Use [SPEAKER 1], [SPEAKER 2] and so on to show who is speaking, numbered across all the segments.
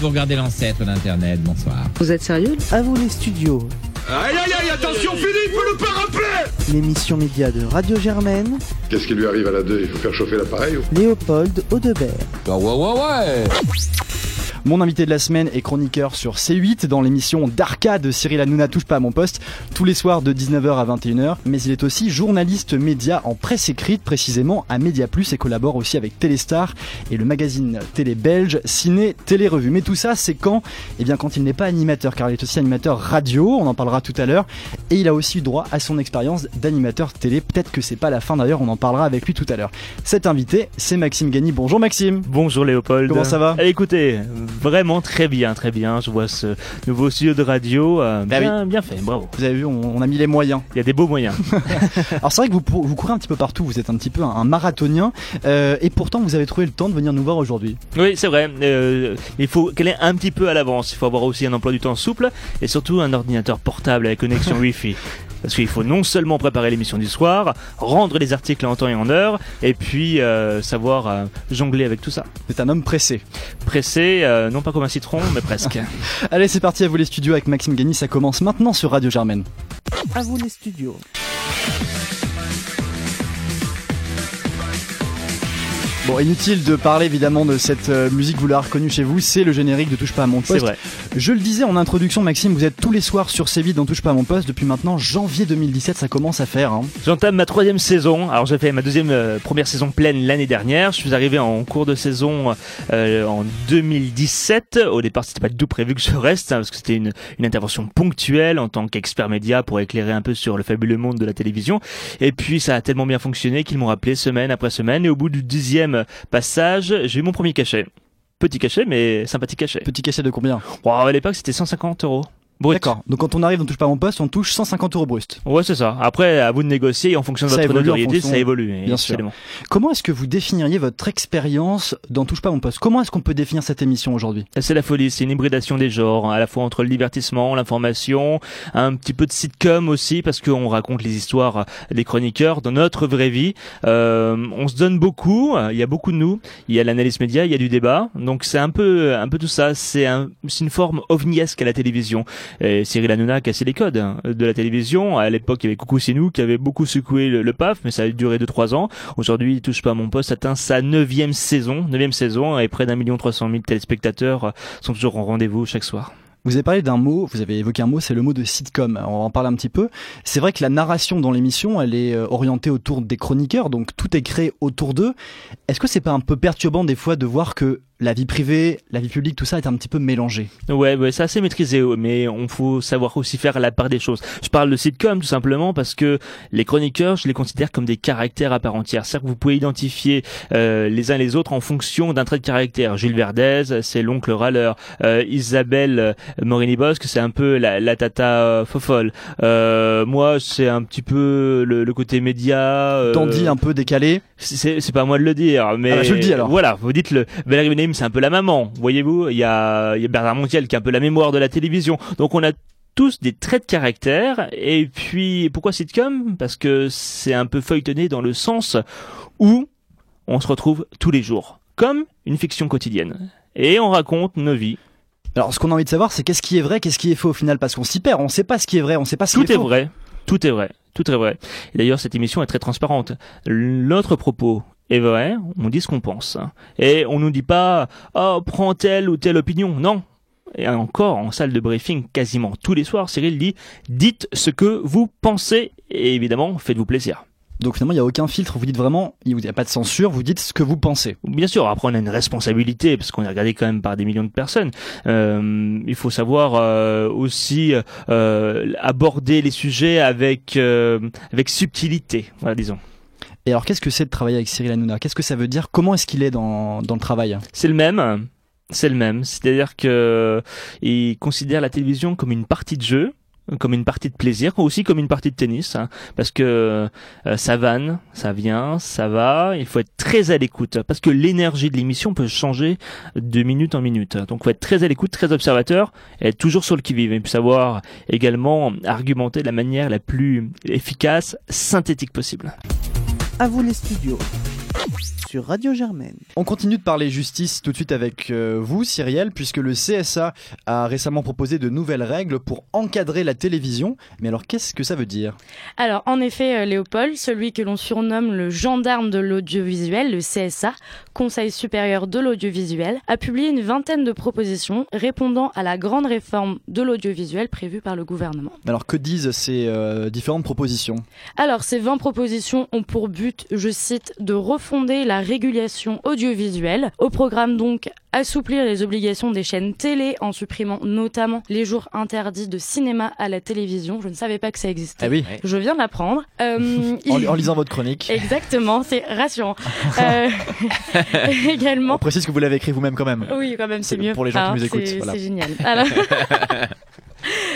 [SPEAKER 1] Vous regardez l'ancêtre d'Internet, bonsoir.
[SPEAKER 2] Vous êtes sérieux
[SPEAKER 3] À vous les studios,
[SPEAKER 4] Aïe aïe aïe, attention Philippe, faut le pas rappeler
[SPEAKER 3] l'émission média de Radio Germaine,
[SPEAKER 5] Qu'est-ce qui lui arrive à la 2 Il faut faire chauffer l'appareil ou
[SPEAKER 3] Léopold Audebert.
[SPEAKER 6] Mon invité de la semaine est chroniqueur sur C8 dans l'émission d'arcade Cyril Hanouna touche pas à mon poste tous les soirs de 19h à 21h, mais il est aussi journaliste média en presse écrite précisément à Média Plus et collabore aussi avec Téléstar et le magazine télé belge Ciné Télé Revue. Mais tout ça, c'est quand Eh bien quand il n'est pas animateur car il est aussi animateur radio, on en parlera tout à l'heure et il a aussi eu droit à son expérience d'animateur télé. Peut-être que c'est pas la fin d'ailleurs, on en parlera avec lui tout à l'heure. Cet invité, c'est Maxime Gagny. Bonjour Maxime.
[SPEAKER 7] Bonjour Léopold.
[SPEAKER 6] Comment ça va
[SPEAKER 7] Eh, Écoutez, vraiment très bien, très bien. Je vois ce nouveau studio de radio. euh,
[SPEAKER 6] Bah
[SPEAKER 7] bien, bien fait, bravo.
[SPEAKER 6] Vous avez vu, on- on a mis les moyens.
[SPEAKER 7] Il y a des beaux moyens.
[SPEAKER 6] Alors c'est vrai que vous, pour- vous courez un petit peu partout, vous êtes un petit peu un, un marathonien, euh, et pourtant vous avez trouvé le temps de venir nous voir aujourd'hui.
[SPEAKER 7] oui, c'est vrai. euh, il faut qu'elle est un petit peu à l'avance. Il faut avoir aussi un emploi du temps souple et surtout un ordinateur portable avec connexion Wi-Fi. Parce qu'il faut non seulement préparer l'émission du soir, rendre les articles en temps et en heure, et puis euh, savoir euh, jongler avec tout ça.
[SPEAKER 6] C'est un homme pressé.
[SPEAKER 7] Pressé, euh, non pas comme un citron, mais presque.
[SPEAKER 6] Allez, c'est parti à vous les studios avec Maxime Gagny, ça commence maintenant sur Radio Germaine.
[SPEAKER 3] À vous les studios.
[SPEAKER 6] Bon, inutile de parler évidemment de cette euh, musique, vous l'avez reconnue chez vous, c'est le générique de Touche pas à mon
[SPEAKER 7] c'est
[SPEAKER 6] poste.
[SPEAKER 7] vrai.
[SPEAKER 6] Je le disais en introduction, Maxime, vous êtes tous les soirs sur Séville dans Touche pas à mon poste depuis maintenant janvier 2017, ça commence à faire. Hein.
[SPEAKER 7] J'entame ma troisième saison. Alors j'ai fait ma deuxième euh, première saison pleine l'année dernière. Je suis arrivé en cours de saison euh, en 2017. Au départ, c'était pas du tout prévu que je reste hein, parce que c'était une, une intervention ponctuelle en tant qu'expert média pour éclairer un peu sur le fabuleux monde de la télévision. Et puis ça a tellement bien fonctionné qu'ils m'ont rappelé semaine après semaine. Et au bout du dixième passage, j'ai eu mon premier cachet. Petit cachet, mais sympathique cachet.
[SPEAKER 6] Petit cachet de combien
[SPEAKER 7] Wow, à l'époque, c'était 150 euros. Brut.
[SPEAKER 6] D'accord, donc quand on arrive dans Touche pas à mon poste, on touche 150 euros brut.
[SPEAKER 7] Ouais, c'est ça. Après, à vous de négocier en fonction de
[SPEAKER 6] Ça
[SPEAKER 7] votre
[SPEAKER 6] évolue en
[SPEAKER 7] notoriété,
[SPEAKER 6] fonction-
[SPEAKER 7] ça évolue.
[SPEAKER 6] Bien sûr.
[SPEAKER 7] absolument.
[SPEAKER 6] Comment est-ce que vous définiriez votre expérience dans Touche pas à mon poste Comment est-ce qu'on peut définir cette émission aujourd'hui
[SPEAKER 7] C'est la folie, c'est une hybridation des genres, hein, à la fois entre le divertissement, l'information, un petit peu de sitcom aussi, parce qu'on raconte les histoires des chroniqueurs dans notre vraie vie. Euh, on se donne beaucoup, euh, il y a beaucoup de nous, il y a l'analyse média, il y a du débat, donc c'est un peu, un peu tout ça, c'est un, c'est une forme ovniesque à la télévision. Et Cyril Hanouna a cassé les codes hein, de la télévision, à l'époque il y avait Coucou c'est nous qui avait beaucoup secoué le, le PAF, mais ça a duré 2-3 ans, Aujourd'hui, il touche pas à mon poste atteint sa neuvième saison, neuvième saison, et près d'un million trois cent mille téléspectateurs euh, sont toujours en rendez-vous chaque soir.
[SPEAKER 6] Vous avez parlé d'un mot, vous avez évoqué un mot, c'est le mot de sitcom. Alors, On va en parler un petit peu. C'est vrai que la narration dans l'émission, elle est euh, orientée autour des chroniqueurs, donc tout est créé autour d'eux. Est-ce que c'est pas un peu perturbant des fois de voir que la vie privée, la vie publique, tout ça est un petit peu mélangé
[SPEAKER 7] Ouais, ouais, c'est assez maîtrisé, ouais, mais on faut savoir aussi faire la part des choses. Je parle de sitcom tout simplement parce que les chroniqueurs, je les considère comme des caractères à part entière. C'est-à-dire que vous pouvez identifier euh, les uns les autres en fonction d'un trait de caractère. Gilles Verdez, c'est l'oncle râleur. Euh, Isabelle euh, Morini-Bosque, c'est un peu la, la tata euh, fofolle. Euh, moi, c'est un petit peu le, le côté média. euh,
[SPEAKER 6] Dandy un peu décalé.
[SPEAKER 7] C'est c'est pas à moi de le dire, mais
[SPEAKER 6] Ah bah, je le dis alors.
[SPEAKER 7] Voilà, vous dites le. Valérie Benaim, c'est un peu la maman, voyez-vous. Il y a, il y a Bernard Montiel qui est un peu la mémoire de la télévision. Donc on a tous des traits de caractère. Et puis pourquoi sitcom Parce que c'est un peu feuilletonné dans le sens où on se retrouve tous les jours, comme une fiction quotidienne, et on raconte nos vies.
[SPEAKER 6] Alors ce qu'on a envie de savoir, c'est qu'est-ce qui est vrai, qu'est-ce qui est faux au final, parce qu'on s'y perd. On sait pas ce qui est vrai, on sait pas ce
[SPEAKER 7] Tout
[SPEAKER 6] qui
[SPEAKER 7] est
[SPEAKER 6] faux.
[SPEAKER 7] vrai, tout est vrai, tout est vrai. Et D'ailleurs, cette émission est très transparente. L'autre propos est vrai, on dit ce qu'on pense. Et on nous dit pas, oh, prends telle ou telle opinion. Non. Et encore, en salle de briefing, quasiment tous les soirs, Cyril dit, dites ce que vous pensez. Et évidemment, faites-vous plaisir.
[SPEAKER 6] Donc finalement, il y a aucun filtre. Vous dites vraiment, il n'y a pas de censure. Vous dites ce que vous pensez.
[SPEAKER 7] Bien sûr, après on a une responsabilité parce qu'on est regardé quand même par des millions de personnes. Euh, il faut savoir euh, aussi euh, aborder les sujets avec euh, avec subtilité, voilà, disons.
[SPEAKER 6] Et alors, qu'est-ce que c'est de travailler avec Cyril Hanouna Qu'est-ce que ça veut dire Comment est-ce qu'il est dans, dans le travail
[SPEAKER 7] C'est le même. C'est le même. C'est-à-dire que il considère la télévision comme une partie de jeu, comme une partie de plaisir, aussi comme une partie de tennis, hein. parce que euh, ça vanne, ça vient, ça va. Il faut être très à l'écoute, parce que l'énergie de l'émission peut changer de minute en minute. Donc, faut être très à l'écoute, très observateur, et être toujours sur le qui-vive, et puis savoir également argumenter de la manière la plus efficace, synthétique possible.
[SPEAKER 3] À vous les studios. sur Radio Germaine.
[SPEAKER 6] On continue de parler justice tout de suite avec euh, vous, Cyrielle, puisque le CSA a récemment proposé de nouvelles règles pour encadrer la télévision. Mais alors, qu'est-ce que ça veut dire
[SPEAKER 2] Alors, en effet, euh, Léopold, celui que l'on surnomme le gendarme de l'audiovisuel, le CSA, Conseil supérieur de l'audiovisuel, a publié une vingtaine de propositions répondant à la grande réforme de l'audiovisuel prévue par le gouvernement.
[SPEAKER 6] Alors, que disent ces euh, différentes propositions
[SPEAKER 2] Alors, ces 20 propositions ont pour but, je cite, de refonder la régulation audiovisuelle, au programme donc assouplir les obligations des chaînes télé en supprimant notamment les jours interdits de cinéma à la télévision. Je ne savais pas que ça existait.
[SPEAKER 6] Ah oui,
[SPEAKER 2] Je viens de l'apprendre. Euh,
[SPEAKER 6] en,
[SPEAKER 2] il-
[SPEAKER 6] en lisant votre chronique.
[SPEAKER 2] Exactement, c'est rassurant. Euh, également,
[SPEAKER 6] On précise que vous l'avez écrit vous-même quand même.
[SPEAKER 2] oui, quand même,
[SPEAKER 6] C'est
[SPEAKER 2] c'est mieux.
[SPEAKER 6] pour les gens qui
[SPEAKER 2] Ah,
[SPEAKER 6] nous écoutent,
[SPEAKER 2] C'est
[SPEAKER 6] voilà.
[SPEAKER 2] c'est génial. Alors-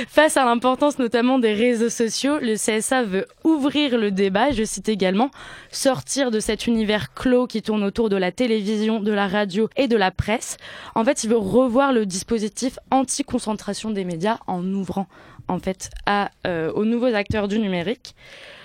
[SPEAKER 2] Face à l'importance notamment des réseaux sociaux, le CSA veut ouvrir le débat, je cite également, sortir de cet univers clos qui tourne autour de la télévision, de la radio et de la presse. En fait, il veut revoir le dispositif anti-concentration des médias en ouvrant en fait à, euh, aux nouveaux acteurs du numérique.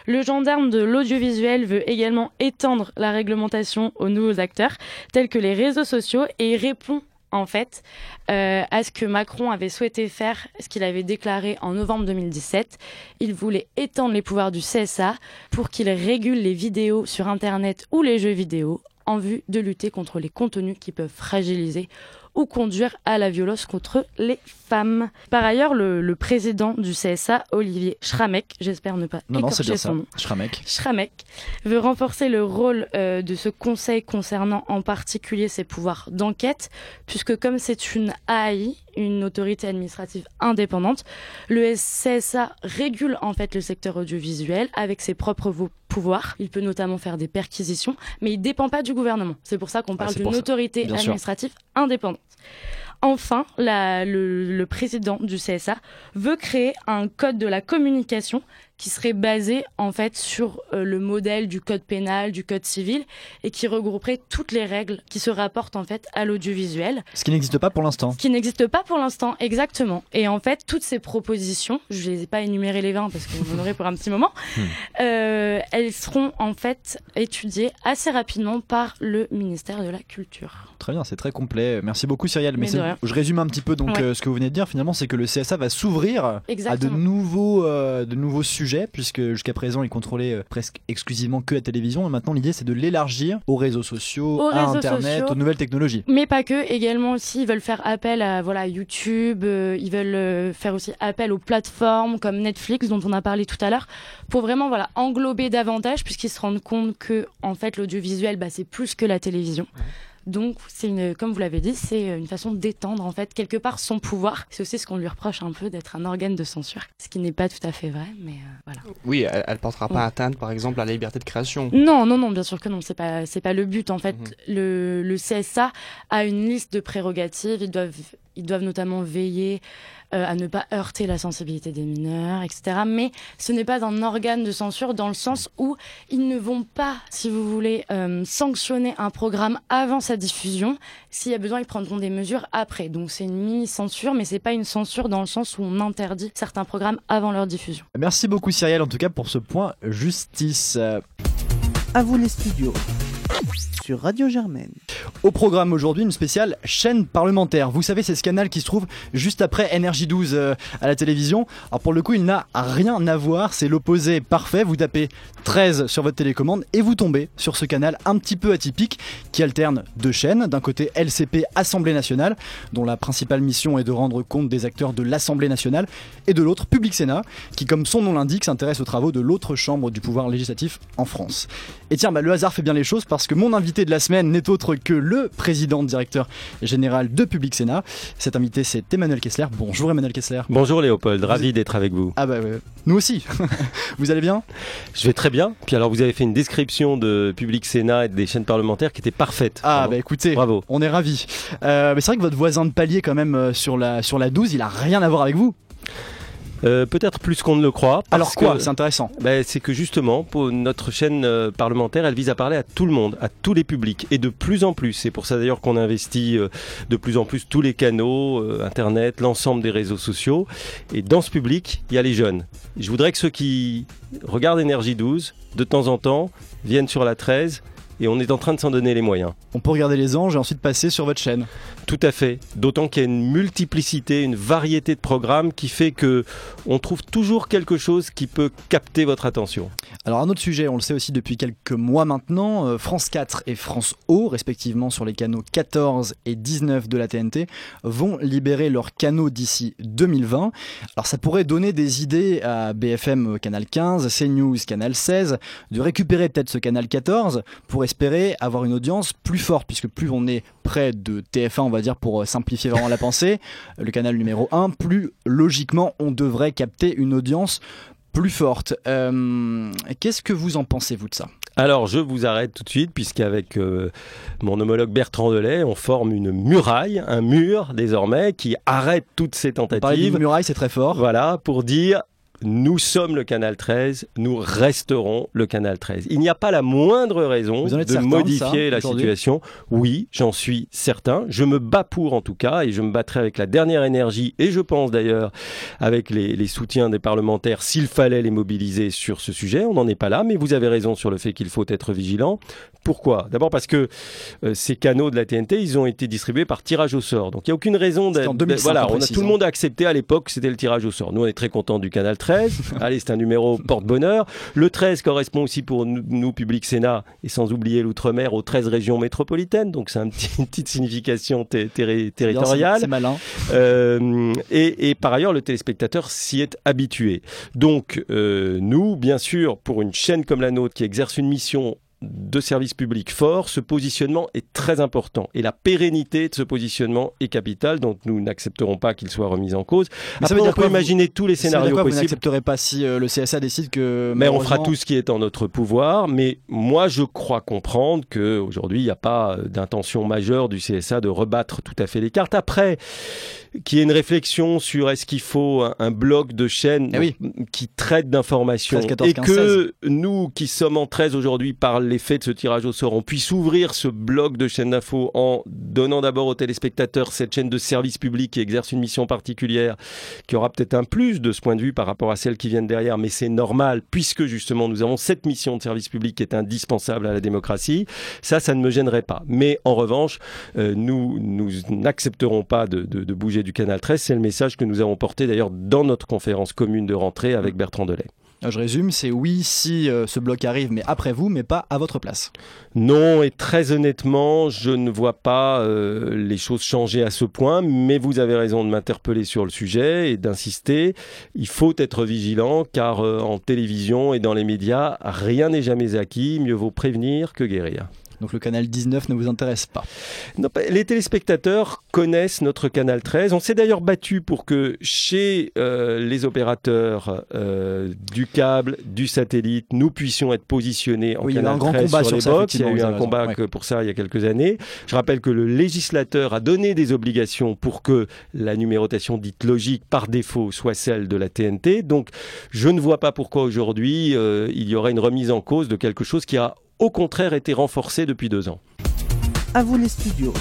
[SPEAKER 2] Le gendarme de l'audiovisuel veut également étendre la réglementation aux nouveaux acteurs tels que les réseaux sociaux et il répond en fait euh, à ce que Macron avait souhaité faire, ce qu'il avait déclaré en novembre 2017. Il voulait étendre les pouvoirs du CSA pour qu'il régule les vidéos sur Internet ou les jeux vidéo en vue de lutter contre les contenus qui peuvent fragiliser ou conduire à la violence contre les femmes. Par ailleurs, le, le président du CSA, Olivier Schramek, j'espère ne pas
[SPEAKER 6] Non, non, c'est
[SPEAKER 2] écorcher
[SPEAKER 6] bien
[SPEAKER 2] son
[SPEAKER 6] ça.
[SPEAKER 2] nom,
[SPEAKER 6] Je serai un mec.
[SPEAKER 2] Schramek veut renforcer le rôle euh, de ce conseil concernant en particulier ses pouvoirs d'enquête, puisque comme c'est une AI, une autorité administrative indépendante, le SCSA régule en fait le secteur audiovisuel avec ses propres vo- pouvoirs. Il peut notamment faire des perquisitions, mais il dépend pas du gouvernement. C'est pour ça qu'on parle
[SPEAKER 6] Ah, c'est
[SPEAKER 2] d'une
[SPEAKER 6] pour ça.
[SPEAKER 2] autorité
[SPEAKER 6] Bien sûr.
[SPEAKER 2] administrative indépendante. Enfin, la- le- le président du CSA veut créer un code de la communication qui serait basé en fait sur euh, le modèle du code pénal, du code civil et qui regrouperait toutes les règles qui se rapportent en fait à l'audiovisuel,
[SPEAKER 6] Ce qui n'existe pas pour l'instant.
[SPEAKER 2] ce qui n'existe pas pour l'instant exactement. Et en fait, toutes ces propositions, je les ai pas énumérées les 20 parce que vous en aurez pour un petit moment,
[SPEAKER 6] Hmm.
[SPEAKER 2] euh, elles seront en fait étudiées assez rapidement par le ministère de la Culture.
[SPEAKER 6] Très bien, c'est très complet. Merci beaucoup, Cyrielle. Mais
[SPEAKER 2] Mais de
[SPEAKER 6] c'est-
[SPEAKER 2] rien.
[SPEAKER 6] je résume un petit peu donc
[SPEAKER 2] Ouais.
[SPEAKER 6] euh, ce que vous venez de dire. Finalement, c'est que le CSA va s'ouvrir à de
[SPEAKER 2] Exactement.
[SPEAKER 6] nouveaux, euh, de nouveaux sujets, puisque jusqu'à présent, il contrôlait euh, presque exclusivement que la télévision. Et maintenant, l'idée, c'est de l'élargir aux réseaux sociaux,
[SPEAKER 2] Aux
[SPEAKER 6] à
[SPEAKER 2] réseaux
[SPEAKER 6] Internet,
[SPEAKER 2] sociaux.
[SPEAKER 6] aux nouvelles technologies.
[SPEAKER 2] Mais pas que, également aussi, ils veulent faire appel à voilà, YouTube, euh, ils veulent euh, faire aussi appel aux plateformes comme Netflix dont on a parlé tout à l'heure, pour vraiment voilà, englober davantage puisqu'ils se rendent compte que en fait l'audiovisuel bah, c'est plus que la télévision. Donc c'est une comme vous l'avez dit, c'est une façon d'étendre en fait quelque part son pouvoir. C'est aussi ce qu'on lui reproche un peu d'être un organe de censure, ce qui n'est pas tout à fait vrai mais euh, voilà.
[SPEAKER 8] Oui, elle, elle portera
[SPEAKER 2] Ouais.
[SPEAKER 8] pas atteinte, par exemple, à la liberté de création.
[SPEAKER 2] Non, non, non, bien sûr que non, c'est pas, c'est pas le but. En fait,
[SPEAKER 8] Mhm.
[SPEAKER 2] le, le CSA a une liste de prérogatives. Ils doivent, ils doivent notamment veiller euh, à ne pas heurter la sensibilité des mineurs, etc. Mais ce n'est pas un organe de censure dans le sens où ils ne vont pas, si vous voulez, euh, sanctionner un programme avant sa diffusion. S'il y a besoin, ils prendront des mesures après. Donc c'est une mini-censure, mais c'est pas une censure dans le sens où on interdit certains programmes avant leur diffusion.
[SPEAKER 6] Merci beaucoup, Cyrielle, en tout cas, pour ce point justice. Euh,
[SPEAKER 3] À vous les studios sur Radio Germaine.
[SPEAKER 6] Au programme aujourd'hui, une spéciale chaîne parlementaire. Vous savez, c'est ce canal qui se trouve juste après NRJ12 euh, à la télévision. Alors pour le coup, il n'a rien à voir, c'est l'opposé parfait. Vous tapez 13 sur votre télécommande et vous tombez sur ce canal un petit peu atypique qui alterne deux chaînes. D'un côté, LCP Assemblée nationale, dont la principale mission est de rendre compte des acteurs de l'Assemblée nationale, et de l'autre, Public Sénat, qui, comme son nom l'indique, s'intéresse aux travaux de l'autre chambre du pouvoir législatif en France. Et tiens, bah, le hasard fait bien les choses parce que mon invité de la semaine n'est autre que le président directeur général de Public Sénat. Cet invité, c'est Emmanuel Kessler. Bonjour Emmanuel Kessler.
[SPEAKER 9] Bonjour Léopold, ravi d'être avec vous.
[SPEAKER 6] Ah bah ouais, nous aussi. Vous allez bien
[SPEAKER 9] Je vais très bien. Puis alors vous avez fait une description de Public Sénat et des chaînes parlementaires qui était parfaite.
[SPEAKER 6] Ah
[SPEAKER 8] ben.
[SPEAKER 9] Vraiment.
[SPEAKER 6] bah écoutez,
[SPEAKER 9] Bravo.
[SPEAKER 6] on est ravis. Euh, mais c'est vrai que votre voisin de palier quand même euh, sur la, sur la 12, il a rien à voir avec vous.
[SPEAKER 9] Euh, Peut-être plus qu'on ne le croit. parce
[SPEAKER 6] Alors quoi
[SPEAKER 9] que-
[SPEAKER 6] C'est intéressant.
[SPEAKER 9] Ben, C'est que justement, pour notre chaîne euh, parlementaire, elle vise à parler à tout le monde, à tous les publics, et de plus en plus. C'est pour ça d'ailleurs qu'on investit euh, de plus en plus tous les canaux, euh, Internet, l'ensemble des réseaux sociaux. Et dans ce public, il y a les jeunes. Je voudrais que ceux qui regardent Énergie 12, de temps en temps, viennent sur la 13 et on est en train de s'en donner les moyens.
[SPEAKER 6] On peut regarder les anges et ensuite passer sur votre chaîne.
[SPEAKER 9] Tout à fait. D'autant qu'il y a une multiplicité, une variété de programmes qui fait que on trouve toujours quelque chose qui peut capter votre attention.
[SPEAKER 6] Alors un autre sujet, on le sait aussi depuis quelques mois maintenant, euh, France 4 et France O, respectivement sur les canaux 14 et 19 de la TNT, vont libérer leurs canaux d'ici 2020. Alors ça pourrait donner des idées à BFM euh, Canal 15, CNews Canal 16, de récupérer peut-être ce Canal 14 pour espérer avoir une audience plus forte, puisque plus on est près de TF1, on va dire pour euh, simplifier vraiment la pensée, euh, le canal numéro 1, plus logiquement on devrait capter une audience plus forte. Euh, Qu'est-ce que vous en pensez, vous, de ça
[SPEAKER 9] Alors je vous arrête tout de suite puisqu'avec euh, mon homologue Bertrand Delay, on forme une muraille, un mur désormais qui arrête toutes ces
[SPEAKER 6] Parler d'une
[SPEAKER 9] tentatives.
[SPEAKER 6] muraille, c'est très fort.
[SPEAKER 9] Voilà, pour dire nous sommes le canal 13, nous resterons le canal 13. Il n'y a pas la moindre raison
[SPEAKER 6] Vous en êtes
[SPEAKER 9] de
[SPEAKER 6] certain de
[SPEAKER 9] modifier
[SPEAKER 6] ça,
[SPEAKER 9] la
[SPEAKER 6] aujourd'hui
[SPEAKER 9] situation. Oui, j'en suis certain. Je me bats pour en tout cas et je me battrai avec la dernière énergie et je pense d'ailleurs avec les, les soutiens des parlementaires s'il fallait les mobiliser sur ce sujet. On n'en est pas là, mais vous avez raison sur le fait qu'il faut être vigilant. Pourquoi D'abord parce que euh, ces canaux de la TNT, ils ont été distribués par tirage au sort. Donc il n'y a aucune raison
[SPEAKER 6] C'était en
[SPEAKER 9] d'être.
[SPEAKER 6] 2005,
[SPEAKER 9] Voilà, on
[SPEAKER 6] en
[SPEAKER 9] a, tout
[SPEAKER 6] précisant.
[SPEAKER 9] le monde a accepté à l'époque, c'était le tirage au sort. Nous, on est très contents du canal 13. Allez, c'est un numéro porte-bonheur. Le 13 correspond aussi pour nous, nous, public Sénat, et sans oublier l'outre-mer, aux 13 régions métropolitaines. Donc c'est un petit- une petite signification ter- ter-
[SPEAKER 6] D'ailleurs, c'est-
[SPEAKER 9] territoriale.
[SPEAKER 6] C'est malin.
[SPEAKER 9] Euh, et, et par ailleurs, le téléspectateur s'y est habitué. Donc, euh, nous, bien sûr, pour une chaîne comme la nôtre qui exerce une mission de service public fort, ce positionnement est très important. Et la pérennité de ce positionnement est capitale, donc nous n'accepterons pas qu'il soit remis en cause.
[SPEAKER 6] Mais
[SPEAKER 9] Après,
[SPEAKER 6] ça veut
[SPEAKER 9] on
[SPEAKER 6] dire
[SPEAKER 9] peut
[SPEAKER 6] quoi, vous-
[SPEAKER 9] imaginer tous les
[SPEAKER 6] Ça veut dire
[SPEAKER 9] scénarios
[SPEAKER 6] quoi, Vous
[SPEAKER 9] possibles.
[SPEAKER 6] n'accepterez pas si euh, le CSA décide que.
[SPEAKER 9] Mais on fera
[SPEAKER 6] malheureusement,
[SPEAKER 9] tout ce qui est en notre pouvoir. Mais moi, je crois comprendre que aujourd'hui, il n'y a pas euh, d'intention majeure du CSA de rebattre tout à fait les cartes. Après, qu'il y ait une réflexion sur est-ce qu'il faut un, un bloc de chaînes
[SPEAKER 6] Eh oui.
[SPEAKER 9] donc, qui traite d'informations
[SPEAKER 6] 13, 14,
[SPEAKER 9] et
[SPEAKER 6] 15,
[SPEAKER 9] que nous, qui sommes en 13 aujourd'hui par l'effet de ce tirage au sort, on puisse ouvrir ce bloc de chaînes d'infos en donnant d'abord aux téléspectateurs cette chaîne de service public qui exerce une mission particulière qui aura peut-être un plus de ce point de vue par rapport à celles qui viennent derrière, mais c'est normal puisque justement nous avons cette mission de service public qui est indispensable à la démocratie. Ça, ça ne me gênerait pas. Mais en revanche, euh, nous nous n'accepterons pas de, de- de bouger du canal 13. C'est le message que nous avons porté d'ailleurs dans notre conférence commune de rentrée avec Bertrand Delay.
[SPEAKER 6] euh, Je résume, c'est oui si euh, ce bloc arrive, mais après vous, mais pas à votre place.
[SPEAKER 9] Non, et très honnêtement, je ne vois pas euh, les choses changer à ce point, mais vous avez raison de m'interpeller sur le sujet et d'insister. Il faut être vigilant car euh, en télévision et dans les médias, rien n'est jamais acquis. Mieux vaut prévenir que guérir.
[SPEAKER 6] Donc le canal 19 ne vous intéresse pas.
[SPEAKER 9] Non, pas- les téléspectateurs connaissent notre canal 13. On s'est d'ailleurs battu pour que chez euh, les opérateurs euh, du câble, du satellite, nous puissions être positionnés en
[SPEAKER 6] Oui, il y a eu
[SPEAKER 9] canal
[SPEAKER 6] un grand
[SPEAKER 9] 13
[SPEAKER 6] combat sur
[SPEAKER 9] les
[SPEAKER 6] ça,
[SPEAKER 9] box. Il y a eu
[SPEAKER 6] effectivement,
[SPEAKER 9] un
[SPEAKER 6] vous avez
[SPEAKER 9] combat
[SPEAKER 6] raison,
[SPEAKER 9] que pour ça il y a quelques années. Je rappelle que le législateur a donné des obligations pour que la numérotation dite logique par défaut soit celle de la TNT. Donc je ne vois pas pourquoi aujourd'hui euh, il y aurait une remise en cause de quelque chose qui a au contraire été renforcé depuis deux ans.
[SPEAKER 3] À vous les studios.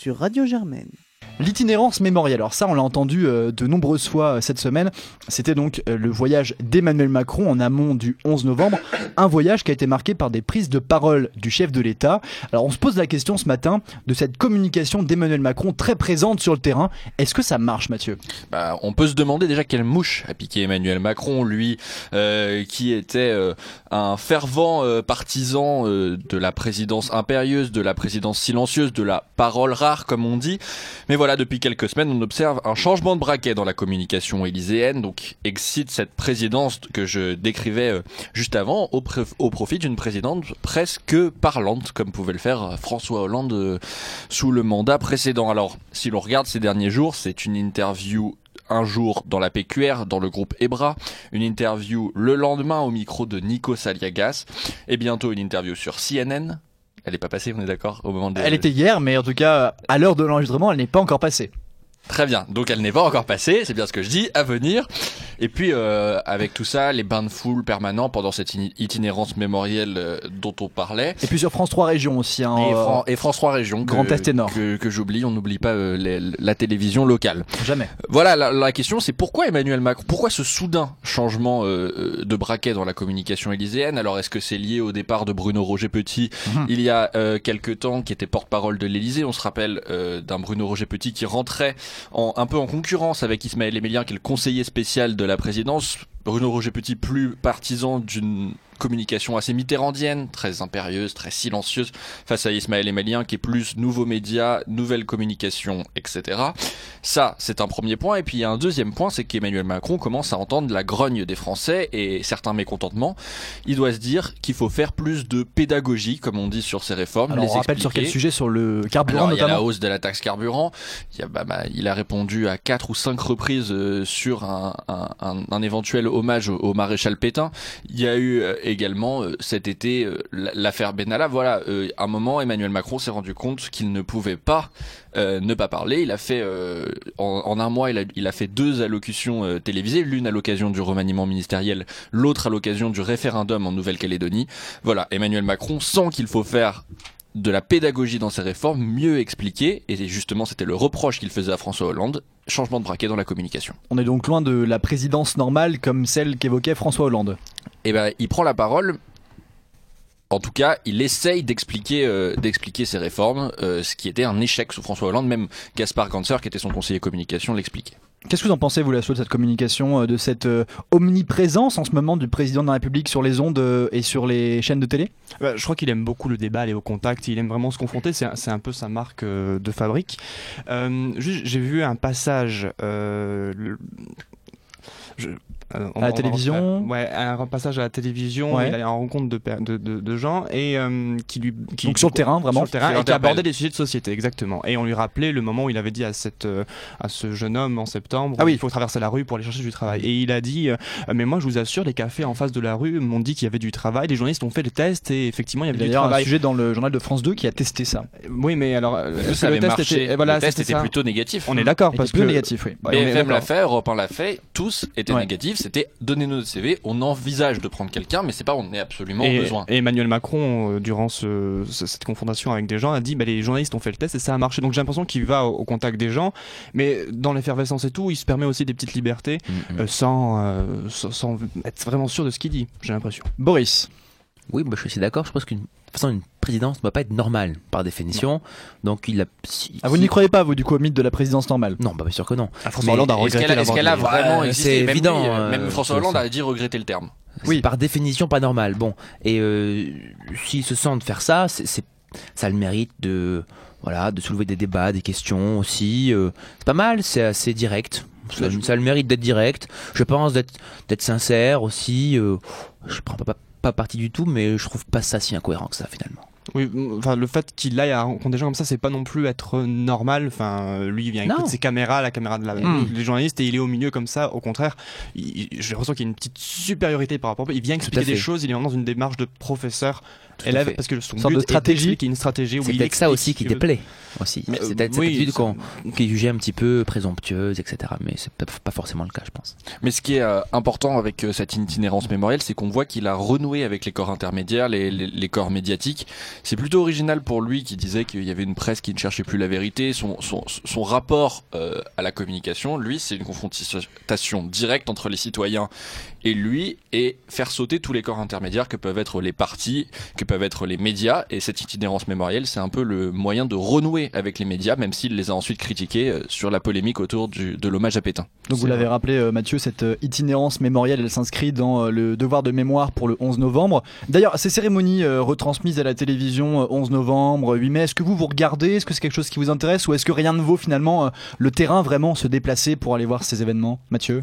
[SPEAKER 3] Sur Radio Germaine.
[SPEAKER 6] L'itinérance mémorielle, alors ça on l'a entendu euh, de nombreuses fois euh, cette semaine, c'était donc euh, le voyage d'Emmanuel Macron en amont du 11 novembre, un voyage qui a été marqué par des prises de parole du chef de l'État. Alors on se pose la question ce matin de cette communication d'Emmanuel Macron très présente sur le terrain, est-ce que ça marche Mathieu
[SPEAKER 10] Bah, on peut se demander déjà quelle mouche a piqué Emmanuel Macron, lui, euh, qui était euh, un fervent euh, partisan euh, de la présidence impérieuse, de la présidence silencieuse, de la parole rare, comme on dit. Mais voilà, depuis quelques semaines, on observe un changement de braquet dans la communication élyséenne, donc excite cette présidence que je décrivais euh, juste avant, au, pré- au profit d'une présidente presque parlante, comme pouvait le faire François Hollande euh, sous le mandat précédent. Alors, si l'on regarde ces derniers jours, c'est une interview un jour dans la PQR, dans le groupe Ebra, une interview le lendemain au micro de Nico Saliagas, et bientôt une interview sur CNN. Elle n'est pas passée, on est d'accord, au moment de...
[SPEAKER 6] Elle était hier, mais en tout cas à l'heure de l'enregistrement elle n'est pas encore passée.
[SPEAKER 10] Très bien, donc elle n'est pas encore passée, c'est bien ce que je dis, à venir. Et puis, euh, avec tout ça, les bains de foule permanents pendant cette ini- itinérance mémorielle euh, dont on parlait.
[SPEAKER 6] Et puis sur France 3 Régions aussi. hein,
[SPEAKER 10] Et,
[SPEAKER 6] euh,
[SPEAKER 10] Fran- et France 3 Région, que-
[SPEAKER 6] Grand Est et Nord.
[SPEAKER 10] que, que j'oublie, on n'oublie pas euh, les- la télévision locale.
[SPEAKER 6] Jamais.
[SPEAKER 10] Voilà, la, la question c'est pourquoi Emmanuel Macron, pourquoi ce soudain changement euh, euh, de braquet dans la communication élyséenne Alors est-ce que c'est lié au départ de Bruno Roger Petit
[SPEAKER 6] Mhm.
[SPEAKER 10] il y a euh, quelques temps qui était porte-parole de l'Élysée On se rappelle euh, d'un Bruno Roger Petit qui rentrait en, un peu en concurrence avec Ismaël Émilien qui est le conseiller spécial de la présidence. Bruno Roger Petit plus partisan d'une communication assez mitterrandienne, très impérieuse, très silencieuse, face à Ismaël Emelien qui est plus nouveaux médias, nouvelle communication, etc. Ça, c'est un premier point. Et puis il y a un deuxième point, c'est qu'Emmanuel Macron commence à entendre la grogne des Français et certains mécontentements. Il doit se dire qu'il faut faire plus de pédagogie, comme on dit sur ces réformes.
[SPEAKER 6] Alors
[SPEAKER 10] les
[SPEAKER 6] on rappelle sur quel
[SPEAKER 10] expliquer.
[SPEAKER 6] sujet Sur le carburant
[SPEAKER 10] Alors, il y a la
[SPEAKER 6] notamment.
[SPEAKER 10] hausse de la taxe carburant. Il, y a- bah, bah, il a répondu à quatre ou cinq reprises euh, sur un, un- un- un éventuel hommage au, au maréchal Pétain. Il y a eu euh, également euh, cet été euh, l- l'affaire Benalla. Voilà, euh, à un moment, Emmanuel Macron s'est rendu compte qu'il ne pouvait pas euh, ne pas parler. Il a fait euh, en, en un mois, il a, il a fait deux allocutions euh, télévisées, l'une à l'occasion du remaniement ministériel, l'autre à l'occasion du référendum en Nouvelle-Calédonie. Voilà, Emmanuel Macron sent qu'il faut faire de la pédagogie dans ses réformes, mieux expliquer, et justement c'était le reproche qu'il faisait à François Hollande, changement de braquet dans la communication.
[SPEAKER 6] On est donc loin de la présidence normale comme celle qu'évoquait François Hollande.
[SPEAKER 10] Et ben il prend la parole, en tout cas il essaye d'expliquer euh, d'expliquer ses réformes, euh, ce qui était un échec sous François Hollande, même Gaspard Ganser qui était son conseiller communication l'expliquait.
[SPEAKER 6] Qu'est-ce que vous en pensez, vous, la de cette communication, euh, de cette euh, omniprésence en ce moment du président de la République sur les ondes euh, et sur les chaînes de télé
[SPEAKER 8] Bah, je crois qu'il aime beaucoup le débat, aller au contact, il aime vraiment se confronter, c'est un, c'est un peu sa marque euh, de fabrique. Euh, juste, j'ai vu un passage. euh, le- je- euh, on-
[SPEAKER 6] À la
[SPEAKER 8] on-
[SPEAKER 6] télévision
[SPEAKER 8] on- Ouais, un passage à la télévision,
[SPEAKER 6] Ouais.
[SPEAKER 8] il allait en rencontre de, per- de, de- de gens et euh, qui lui. Qui,
[SPEAKER 6] Donc sur le terrain,
[SPEAKER 8] sur
[SPEAKER 6] vraiment
[SPEAKER 8] le terrain
[SPEAKER 10] Qui
[SPEAKER 8] et qui
[SPEAKER 10] l'interpelle.
[SPEAKER 8] abordait des sujets de société, exactement. Et on lui rappelait le moment où il avait dit à, cette, euh, à ce jeune homme en septembre
[SPEAKER 6] Ah oui.
[SPEAKER 8] il faut traverser la rue pour aller chercher du travail. Et il a dit euh, Mais moi, je vous assure, les cafés en face de la rue m'ont dit qu'il y avait du travail. Les journalistes ont fait le test et effectivement, il y avait du
[SPEAKER 6] D'ailleurs, un
[SPEAKER 8] travail.
[SPEAKER 6] sujet dans le journal de France 2 qui a testé ça.
[SPEAKER 8] Oui, mais alors, euh, est-ce
[SPEAKER 10] bah, Ça
[SPEAKER 8] que
[SPEAKER 10] avait
[SPEAKER 8] le test
[SPEAKER 10] marché.
[SPEAKER 8] était. Voilà,
[SPEAKER 10] le test
[SPEAKER 8] c'était
[SPEAKER 10] était
[SPEAKER 8] ça.
[SPEAKER 10] plutôt négatif. hein.
[SPEAKER 8] On est d'accord
[SPEAKER 6] Et
[SPEAKER 8] parce
[SPEAKER 6] qui est
[SPEAKER 8] que.
[SPEAKER 6] plutôt négatif, oui.
[SPEAKER 8] Ouais, on est
[SPEAKER 10] BFM l'a
[SPEAKER 8] d'accord.
[SPEAKER 10] fait, Europe 1 l'a fait, tous étaient
[SPEAKER 6] Ouais.
[SPEAKER 10] négatifs, c'était donner notre CV, on envisage de prendre quelqu'un, mais c'est pas on est absolument
[SPEAKER 8] Et,
[SPEAKER 10] besoin.
[SPEAKER 8] et Emmanuel Macron, euh, durant ce- ce- cette confrontation avec des gens, a dit bah, les journalistes ont fait le test et ça a marché. Donc j'ai l'impression qu'il va au, au contact des gens, mais dans l'effervescence et tout, il se permet aussi des petites libertés
[SPEAKER 10] Mhm.
[SPEAKER 8] euh, sans, euh, sans, sans être vraiment sûr de ce qu'il dit. J'ai l'impression.
[SPEAKER 6] Boris,
[SPEAKER 11] Oui, moi je suis d'accord. Je pense qu'une de toute façon, une présidence ne doit pas être normale par définition. Donc il a. si-
[SPEAKER 6] ah, vous
[SPEAKER 11] si-
[SPEAKER 6] n'y croyez pas, vous, du coup, au mythe de la présidence normale
[SPEAKER 11] Non, bah, bien sûr que non.
[SPEAKER 8] François
[SPEAKER 11] Mais
[SPEAKER 8] Hollande a
[SPEAKER 10] Est-ce
[SPEAKER 8] regretté
[SPEAKER 10] qu'elle est-ce
[SPEAKER 8] l'avoir
[SPEAKER 10] qu'elle a
[SPEAKER 8] dit.
[SPEAKER 10] vraiment
[SPEAKER 11] Ouais,
[SPEAKER 10] existé
[SPEAKER 11] c'est
[SPEAKER 10] Même lui,
[SPEAKER 11] évident,
[SPEAKER 10] euh, même
[SPEAKER 11] euh,
[SPEAKER 10] François
[SPEAKER 11] c'est-
[SPEAKER 10] Hollande
[SPEAKER 11] c'est-
[SPEAKER 10] a dit regretter le terme.
[SPEAKER 11] C'est par définition pas normal. Bon, et euh, s'il se sent de faire ça, c'est, c'est- ça a le mérite de voilà de soulever des débats, des questions aussi. euh, c'est pas mal, c'est assez direct. Ça, ça a le mérite d'être direct. Je pense d'être d'être sincère aussi. euh, je prends pas, pas, pas parti du tout, mais je trouve pas ça si incohérent que ça finalement.
[SPEAKER 8] Oui, enfin, le fait qu'il aille à rencontrer des gens comme ça, c'est pas non plus être normal. Enfin, euh, lui, il vient
[SPEAKER 11] Non.
[SPEAKER 8] écouter ses caméras, la caméra de la,
[SPEAKER 11] Mm.
[SPEAKER 8] les journalistes, et il est au milieu comme ça. Au contraire, il- il- je ressens qu'il y a une petite supériorité par rapport. Il vient expliquer
[SPEAKER 11] à
[SPEAKER 8] des
[SPEAKER 11] fait.
[SPEAKER 8] choses. Il est vraiment dans une démarche de professeur
[SPEAKER 11] Tout à
[SPEAKER 8] élève
[SPEAKER 11] fait.
[SPEAKER 8] parce que son
[SPEAKER 6] Sorte
[SPEAKER 8] but
[SPEAKER 6] de
[SPEAKER 8] est
[SPEAKER 6] stratégie.
[SPEAKER 8] d'expliquer une stratégie. où
[SPEAKER 11] C'est
[SPEAKER 8] il
[SPEAKER 11] peut-être ça
[SPEAKER 8] explique
[SPEAKER 11] aussi
[SPEAKER 8] ce
[SPEAKER 11] qui
[SPEAKER 8] qu'il veut.
[SPEAKER 11] déplaît aussi.
[SPEAKER 8] Mais, euh,
[SPEAKER 11] c'est peut-être cette
[SPEAKER 8] oui,
[SPEAKER 11] attitude
[SPEAKER 8] ça-
[SPEAKER 11] qu'on- qui est jugée un petit peu présomptueuse, etc. Mais c'est pas- pas forcément le cas, je pense.
[SPEAKER 10] Mais ce qui est euh, important avec euh, cette itinérance mémorielle, c'est qu'on voit qu'il a renoué avec les corps intermédiaires, les, les- les corps médiatiques. C'est plutôt original pour lui qui disait qu'il y avait une presse qui ne cherchait plus la vérité. Son, son, son rapport euh, à la communication, lui, c'est une confrontation directe entre les citoyens et lui, et faire sauter tous les corps intermédiaires que peuvent être les partis, que peuvent être les médias. Et cette itinérance mémorielle, c'est un peu le moyen de renouer avec les médias, même s'il les a ensuite critiqués euh, sur la polémique autour du, de l'hommage à Pétain.
[SPEAKER 6] Donc vous
[SPEAKER 8] C'est
[SPEAKER 6] l'avez rappelé euh, Mathieu, cette euh, itinérance mémorielle, elle s'inscrit dans euh, le devoir de mémoire pour le 11 novembre. D'ailleurs, ces cérémonies euh, retransmises à la télévision euh, 11 novembre, 8 mai, est-ce que vous vous regardez Est-ce que c'est quelque chose qui vous intéresse Ou est-ce que rien ne vaut finalement euh, le terrain vraiment se déplacer pour aller voir ces événements Mathieu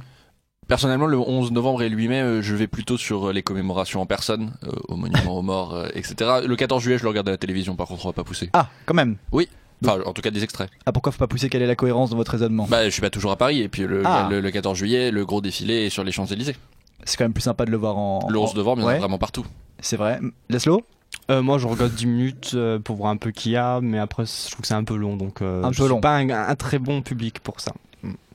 [SPEAKER 10] Personnellement, le 11 novembre et le 8 mai, euh, je vais plutôt sur euh, les commémorations en personne, euh, au monument aux morts, euh, etc. Le 14 juillet, je le regarde à la télévision, par contre, on va pas pousser.
[SPEAKER 6] Ah, quand même
[SPEAKER 10] Enfin, en tout cas, des extraits.
[SPEAKER 6] Ah pourquoi faut pas pousser quelle est la cohérence dans votre raisonnement
[SPEAKER 10] Bah, je suis pas toujours à Paris, et puis le,
[SPEAKER 6] Ah.
[SPEAKER 10] le, le 14 juillet, le gros défilé est sur les Champs-Élysées.
[SPEAKER 6] C'est quand même plus sympa de le voir en...
[SPEAKER 10] Le 11
[SPEAKER 6] en-
[SPEAKER 10] novembre, il y en a
[SPEAKER 6] Ouais.
[SPEAKER 10] vraiment partout.
[SPEAKER 6] C'est vrai. Laszlo
[SPEAKER 8] Euh, moi, je regarde 10 minutes euh, pour voir un peu qui y a, mais après, je trouve que c'est un peu long. Donc, euh,
[SPEAKER 6] Un
[SPEAKER 8] je
[SPEAKER 6] peu
[SPEAKER 8] suis
[SPEAKER 6] long.
[SPEAKER 8] Pas un, un très bon public pour ça.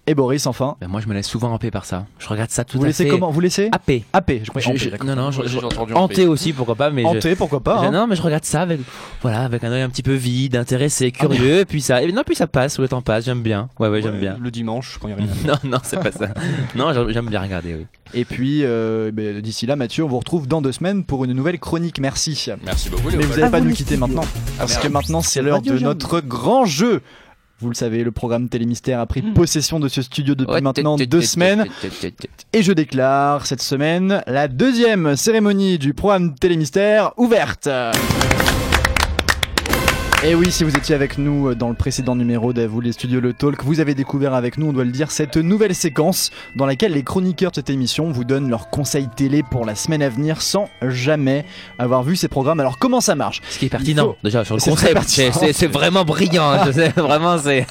[SPEAKER 6] Et Boris, enfin.
[SPEAKER 11] Ben, moi, je me laisse souvent happer par ça. Je regarde ça tout
[SPEAKER 6] Vous
[SPEAKER 11] à
[SPEAKER 6] laissez
[SPEAKER 11] fait.
[SPEAKER 6] comment Vous laissez
[SPEAKER 11] Happé.
[SPEAKER 6] Happé, je crois.
[SPEAKER 11] Je-
[SPEAKER 6] Happé,
[SPEAKER 11] je-
[SPEAKER 6] d'accord.
[SPEAKER 11] non, non, je,
[SPEAKER 6] J'ai entendu
[SPEAKER 11] hanté
[SPEAKER 6] happé.
[SPEAKER 11] aussi, pourquoi pas. Mais je-
[SPEAKER 6] Hanté, pourquoi pas,
[SPEAKER 11] je-
[SPEAKER 6] hein.
[SPEAKER 11] Non, mais je regarde ça avec, voilà, avec un œil un petit peu vide, intéressé,
[SPEAKER 6] Ah
[SPEAKER 11] curieux, puis ça. et non, puis ça passe, le temps passe, j'aime bien. Ouais, ouais, j'aime bien.
[SPEAKER 8] Le dimanche, quand il y a rien.
[SPEAKER 11] non, non, c'est pas ça. Non, j'aime- j'aime bien regarder, oui.
[SPEAKER 6] Et puis, euh, ben, d'ici là, Mathieu, on vous retrouve dans deux semaines pour une nouvelle chronique. Merci.
[SPEAKER 10] Merci beaucoup,
[SPEAKER 6] Mais
[SPEAKER 10] Léopold.
[SPEAKER 6] vous n'allez pas
[SPEAKER 10] À vous,
[SPEAKER 6] nous
[SPEAKER 10] les
[SPEAKER 6] quitter
[SPEAKER 10] studios.
[SPEAKER 6] maintenant,
[SPEAKER 10] Ah,
[SPEAKER 6] parce
[SPEAKER 10] merde.
[SPEAKER 6] que maintenant, c'est l'heure
[SPEAKER 10] Radio
[SPEAKER 6] de
[SPEAKER 10] Jam.
[SPEAKER 6] notre grand jeu. Vous le savez, le programme Télémystère a pris
[SPEAKER 10] Hmm.
[SPEAKER 6] possession de ce studio depuis maintenant deux semaines. Et je déclare cette semaine la deuxième cérémonie du programme Télémystère ouverte. Et oui, si vous étiez avec nous dans le précédent numéro d'Avoue les studios Le Talk, vous avez découvert avec nous, on doit le dire, cette nouvelle séquence dans laquelle les chroniqueurs de cette émission vous donnent leurs conseils télé pour la semaine à venir sans jamais avoir vu ces programmes. Alors comment ça marche
[SPEAKER 11] Ce qui est pertinent, déjà, sur le
[SPEAKER 6] C'est
[SPEAKER 11] concept.
[SPEAKER 6] très pertinent.
[SPEAKER 11] C'est- C'est c'est vraiment brillant, hein, je sais, vraiment, c'est.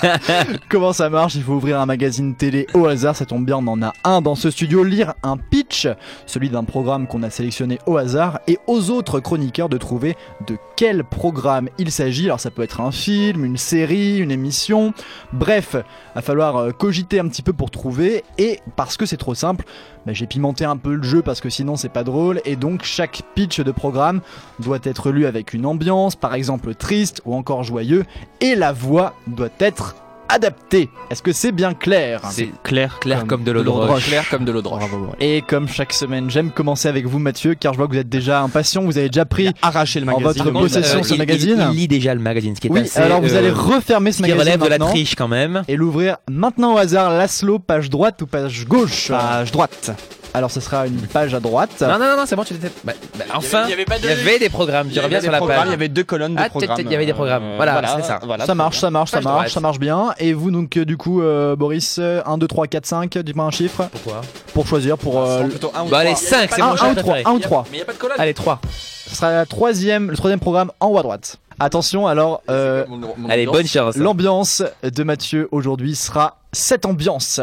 [SPEAKER 6] Comment ça marche Il faut ouvrir un magazine télé au hasard, ça tombe bien, on en a un dans ce studio, lire un pitch, celui d'un programme qu'on a sélectionné au hasard, et aux autres chroniqueurs de trouver de quel programme il s'agit. Alors ça peut être un film, une série, une émission, bref, va falloir euh, cogiter un petit peu pour trouver, et parce que c'est trop simple, bah, j'ai pimenté un peu le jeu parce que sinon c'est pas drôle, et donc chaque pitch de programme doit être lu avec une ambiance, par exemple triste ou encore joyeux, et la voix doit être adaptée. Est-ce que c'est bien clair
[SPEAKER 11] C'est clair, clair comme, de l'eau de roche. Clair comme de l'eau de roche.
[SPEAKER 6] Et comme chaque semaine, j'aime commencer avec vous Mathieu, car je vois que vous êtes déjà impatient, vous avez déjà pris
[SPEAKER 8] arraché le
[SPEAKER 6] en votre possession ce
[SPEAKER 11] euh, il,
[SPEAKER 6] magazine.
[SPEAKER 11] il- il lit déjà le magazine, ce qui est
[SPEAKER 6] Oui,
[SPEAKER 11] assez,
[SPEAKER 6] alors vous
[SPEAKER 11] euh,
[SPEAKER 6] allez refermer ce
[SPEAKER 11] qui
[SPEAKER 6] magazine
[SPEAKER 11] relève de la
[SPEAKER 6] maintenant.
[SPEAKER 11] triche quand même.
[SPEAKER 6] Et l'ouvrir maintenant au hasard, Laszlo, page droite ou page gauche Page droite. Alors ce sera une page à droite.
[SPEAKER 11] Non, non, non, non, c'est bon, tu t'étais. bah, bah, enfin, il y avait, des programmes, tu reviens sur la page.
[SPEAKER 8] Il y avait deux colonnes de
[SPEAKER 11] Ah,
[SPEAKER 8] programmes. Euh,
[SPEAKER 11] peut-être, il y avait des programmes. Voilà, c'est ça.
[SPEAKER 8] voilà,
[SPEAKER 6] ça
[SPEAKER 8] très
[SPEAKER 6] marche,
[SPEAKER 8] bien.
[SPEAKER 6] ça marche, ça
[SPEAKER 11] Page
[SPEAKER 6] marche,
[SPEAKER 11] droite.
[SPEAKER 6] ça marche bien. Et vous donc euh, du coup, euh, Boris, euh, 1, 2, 3, 4, 5, dites-moi un chiffre.
[SPEAKER 11] Pourquoi
[SPEAKER 6] Pour choisir, pour... euh, le-
[SPEAKER 8] plutôt un ou
[SPEAKER 11] Bah, allez,
[SPEAKER 8] trois.
[SPEAKER 11] 5, c'est mon
[SPEAKER 6] 1
[SPEAKER 11] chat
[SPEAKER 6] ou 3,
[SPEAKER 11] préféré.
[SPEAKER 6] 1 ou 3.
[SPEAKER 10] Mais il n'y a pas de collage.
[SPEAKER 11] Allez, 3.
[SPEAKER 6] Ce sera la troisième, le troisième programme en haut à droite. Attention, alors euh,
[SPEAKER 11] Allez, bonne chance.
[SPEAKER 6] l'ambiance de Mathieu aujourd'hui sera cette ambiance.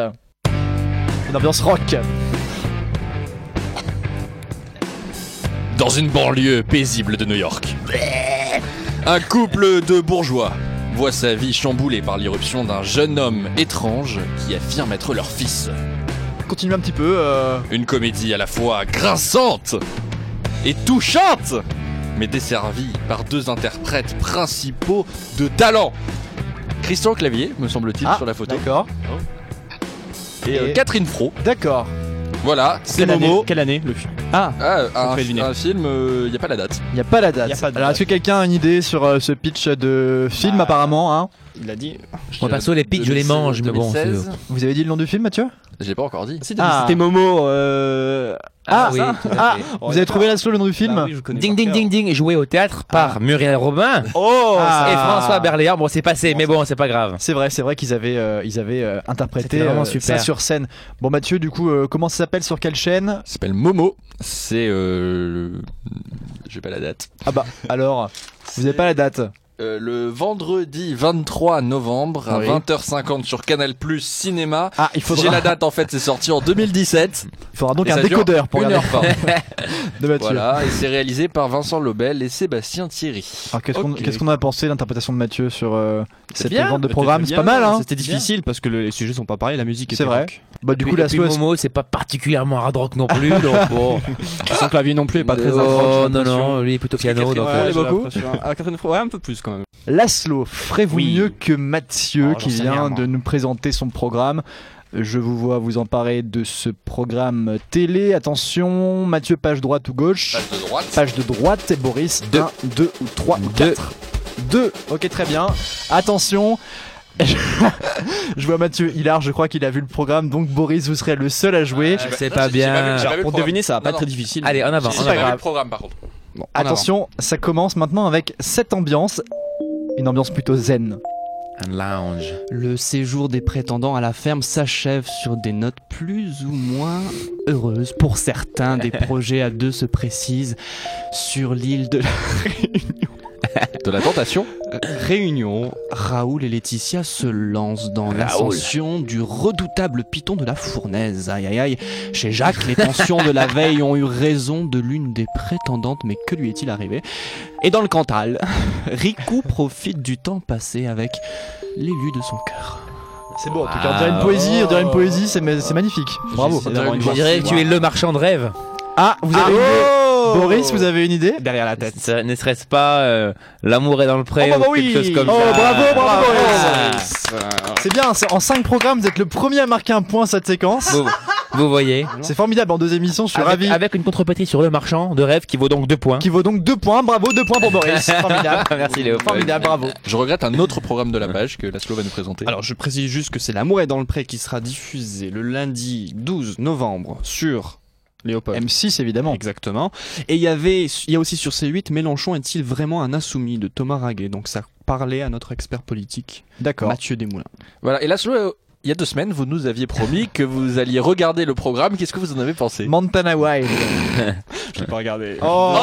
[SPEAKER 6] Une ambiance rock.
[SPEAKER 10] Dans une banlieue paisible de New York. Un couple de bourgeois voit sa vie chamboulée par l'irruption d'un jeune homme étrange qui affirme être leur fils.
[SPEAKER 6] Continue un petit peu. euh,
[SPEAKER 10] Une comédie à la fois grinçante et touchante, mais desservie par deux interprètes principaux de talent. Christian Clavier, me semble-t-il,
[SPEAKER 6] Ah,
[SPEAKER 10] sur la photo,
[SPEAKER 6] D'accord.
[SPEAKER 10] et, euh,
[SPEAKER 6] et-
[SPEAKER 10] Catherine Fro.
[SPEAKER 6] D'accord.
[SPEAKER 10] Voilà, c'est
[SPEAKER 8] Quelle année,
[SPEAKER 10] Momo.
[SPEAKER 8] quelle année le film Ah
[SPEAKER 10] Ah, euh,
[SPEAKER 8] On
[SPEAKER 10] un,
[SPEAKER 8] peut deviner.
[SPEAKER 10] un film, il n'y a pas la date.
[SPEAKER 6] Il n'y a pas la
[SPEAKER 8] Y a
[SPEAKER 6] date.
[SPEAKER 8] pas de
[SPEAKER 6] Alors,
[SPEAKER 8] date.
[SPEAKER 6] est-ce que quelqu'un a une idée sur euh, ce pitch de film,
[SPEAKER 8] Bah,
[SPEAKER 6] apparemment hein
[SPEAKER 8] Il l'a dit.
[SPEAKER 11] Moi, perso, les pics, je les mange, mais bon. c'est-
[SPEAKER 10] 2016.
[SPEAKER 6] Vous avez dit le nom du film, Mathieu
[SPEAKER 10] Je l'ai pas encore dit.
[SPEAKER 8] Si,
[SPEAKER 6] t'as dit, c'était
[SPEAKER 8] c'était Momo. Euh...
[SPEAKER 11] Ah,
[SPEAKER 6] Ah,
[SPEAKER 11] oui, tout à
[SPEAKER 6] Ah,
[SPEAKER 11] fait.
[SPEAKER 6] vous avez trouvé la le nom du film
[SPEAKER 8] Bah
[SPEAKER 11] Bah Ding ding ding ding, joué au théâtre par Muriel Robin
[SPEAKER 8] Oh
[SPEAKER 6] Ah.
[SPEAKER 11] et François Berléard. Bon, c'est passé, mais bon, c'est pas grave.
[SPEAKER 6] C'est vrai, c'est vrai qu'ils avaient, euh, ils avaient euh, interprété
[SPEAKER 11] C'était vraiment
[SPEAKER 6] euh,
[SPEAKER 11] super.
[SPEAKER 6] ça sur scène. Bon Mathieu, du coup, euh, comment ça s'appelle sur quelle chaîne
[SPEAKER 10] Ça s'appelle Momo. C'est. Euh, J'ai pas la date.
[SPEAKER 6] Ah bah alors, vous n'avez pas la date.
[SPEAKER 10] Euh, le vendredi 23 novembre à
[SPEAKER 6] Oui.
[SPEAKER 10] 20h50 sur Canal Plus Cinéma.
[SPEAKER 6] Ah, il
[SPEAKER 10] J'ai
[SPEAKER 6] faudra,
[SPEAKER 10] la date en fait, c'est sorti en 2017.
[SPEAKER 6] il faudra donc
[SPEAKER 10] Et
[SPEAKER 6] un
[SPEAKER 10] ça dure
[SPEAKER 6] décodeur pour
[SPEAKER 10] une
[SPEAKER 6] regarder
[SPEAKER 10] heure vingt.
[SPEAKER 6] de Mathieu.
[SPEAKER 10] voilà, et c'est réalisé par Vincent Lobel et Sébastien Thierry.
[SPEAKER 6] Alors qu'est-ce qu'on
[SPEAKER 8] Ok.
[SPEAKER 6] qu'est-ce qu'on a pensé de l'interprétation de Mathieu sur euh, cette
[SPEAKER 8] bien,
[SPEAKER 6] vente de
[SPEAKER 8] c'était
[SPEAKER 6] programme C'est
[SPEAKER 8] bien,
[SPEAKER 6] pas mal, hein
[SPEAKER 8] C'était difficile parce que le- les sujets sont pas pareils, la musique
[SPEAKER 6] C'est
[SPEAKER 8] était
[SPEAKER 6] vrai.
[SPEAKER 8] rock.
[SPEAKER 6] Bah du
[SPEAKER 11] Puis-
[SPEAKER 6] coup,
[SPEAKER 11] et
[SPEAKER 6] la
[SPEAKER 11] puis
[SPEAKER 6] sauce.
[SPEAKER 11] Momo, c'est pas particulièrement hard rock non plus, donc bon.
[SPEAKER 8] Son clavier non plus est pas très
[SPEAKER 11] oh, non, non, lui, plutôt piano. donc, euh,
[SPEAKER 8] Ouais,
[SPEAKER 6] j'ai
[SPEAKER 8] beaucoup. Ah, Catherine Fro- ouais, un peu plus quand même.
[SPEAKER 6] Laszlo, ferez-vous
[SPEAKER 8] Oui.
[SPEAKER 6] mieux que Mathieu
[SPEAKER 8] Oh,
[SPEAKER 6] qui
[SPEAKER 8] j'en sais rien,
[SPEAKER 6] vient
[SPEAKER 8] moi.
[SPEAKER 6] de nous présenter son programme Je vous vois vous emparer de ce programme télé. Attention, Mathieu, page droite ou gauche
[SPEAKER 10] Page de droite.
[SPEAKER 6] Page de droite, et Boris, 1, 2 ou 3 ou 4 2, ok très bien. Attention Je vois Mathieu Hilar, je crois qu'il a vu le programme, donc Boris, vous serez le seul à jouer.
[SPEAKER 11] Ah,
[SPEAKER 10] J'ai pas-
[SPEAKER 11] c'est
[SPEAKER 10] non,
[SPEAKER 11] pas
[SPEAKER 10] j'ai- j'ai pas
[SPEAKER 11] bien.
[SPEAKER 10] vu- j'ai pas vu le
[SPEAKER 8] Pour
[SPEAKER 10] programme.
[SPEAKER 8] deviner, ça va pas
[SPEAKER 10] Non,
[SPEAKER 8] être très
[SPEAKER 10] non.
[SPEAKER 8] difficile.
[SPEAKER 11] Allez, en avant,
[SPEAKER 10] J'ai-
[SPEAKER 11] en
[SPEAKER 10] j'ai pas
[SPEAKER 11] avant.
[SPEAKER 10] vu
[SPEAKER 6] grave.
[SPEAKER 10] le programme par contre.
[SPEAKER 8] Bon, en
[SPEAKER 6] Attention, ça commence maintenant avec cette ambiance, une ambiance plutôt zen.
[SPEAKER 11] Un lounge.
[SPEAKER 8] Le séjour des prétendants à la ferme s'achève sur des notes plus ou moins heureuses. Pour certains, des projets à deux se précisent sur l'île de la
[SPEAKER 10] De la tentation.
[SPEAKER 8] Réunion. Raoul et Laetitia se lancent dans l'ascension du redoutable piton de la fournaise. Aïe aïe aïe. Chez Jacques, les tensions de la veille ont eu raison de l'une des prétendantes, mais que lui est-il arrivé Et dans le Cantal, Rico profite du temps passé avec l'élu de son cœur.
[SPEAKER 6] C'est beau, en tout
[SPEAKER 11] Ah,
[SPEAKER 6] cas, on dirait une poésie, on dirait une poésie, c'est ma- c'est magnifique. Bravo.
[SPEAKER 11] On dirait- Je dirais que tu es le marchand de rêve.
[SPEAKER 6] Ah, vous avez une
[SPEAKER 11] Oh
[SPEAKER 6] idée Boris, vous avez une idée
[SPEAKER 11] Derrière la tête. Ne serait-ce pas euh, l'amour est dans le pré
[SPEAKER 6] Oh, bah,
[SPEAKER 11] ou
[SPEAKER 6] bah,
[SPEAKER 11] quelque
[SPEAKER 6] oui.
[SPEAKER 11] chose comme
[SPEAKER 6] Oh,
[SPEAKER 11] ça.
[SPEAKER 6] bravo, bravo,
[SPEAKER 11] Ah.
[SPEAKER 6] C'est bien, c'est- en 5 programmes, vous êtes le premier à marquer un point cette séquence.
[SPEAKER 11] Vous, vous voyez.
[SPEAKER 6] C'est formidable, en deux émissions, je suis
[SPEAKER 11] Avec,
[SPEAKER 6] ravi.
[SPEAKER 11] avec une contrepartie sur le marchand de rêve qui vaut donc 2 points.
[SPEAKER 6] Qui vaut donc 2 points, bravo, 2 points pour Boris. Formidable.
[SPEAKER 11] ah. Merci Léo.
[SPEAKER 6] Formidable, bravo.
[SPEAKER 10] Je regrette un autre programme de la page que Laszlo va nous présenter.
[SPEAKER 8] Alors je précise juste que c'est L'amour est dans le pré qui sera diffusé le lundi 12 novembre sur Léopold.
[SPEAKER 6] M6 évidemment.
[SPEAKER 8] Exactement. Et il y avait, il y a aussi sur C8, Mélenchon est-il vraiment un insoumis de Thomas Raguet. Donc ça parlait à notre expert politique
[SPEAKER 6] D'accord.
[SPEAKER 8] Mathieu Desmoulins.
[SPEAKER 10] Voilà, et Laszlo, euh, il y a deux semaines, vous nous aviez promis que vous alliez regarder le programme. Qu'est-ce que vous en avez pensé
[SPEAKER 6] Montana Wild.
[SPEAKER 8] Je l'ai pas regardé.
[SPEAKER 6] Oh,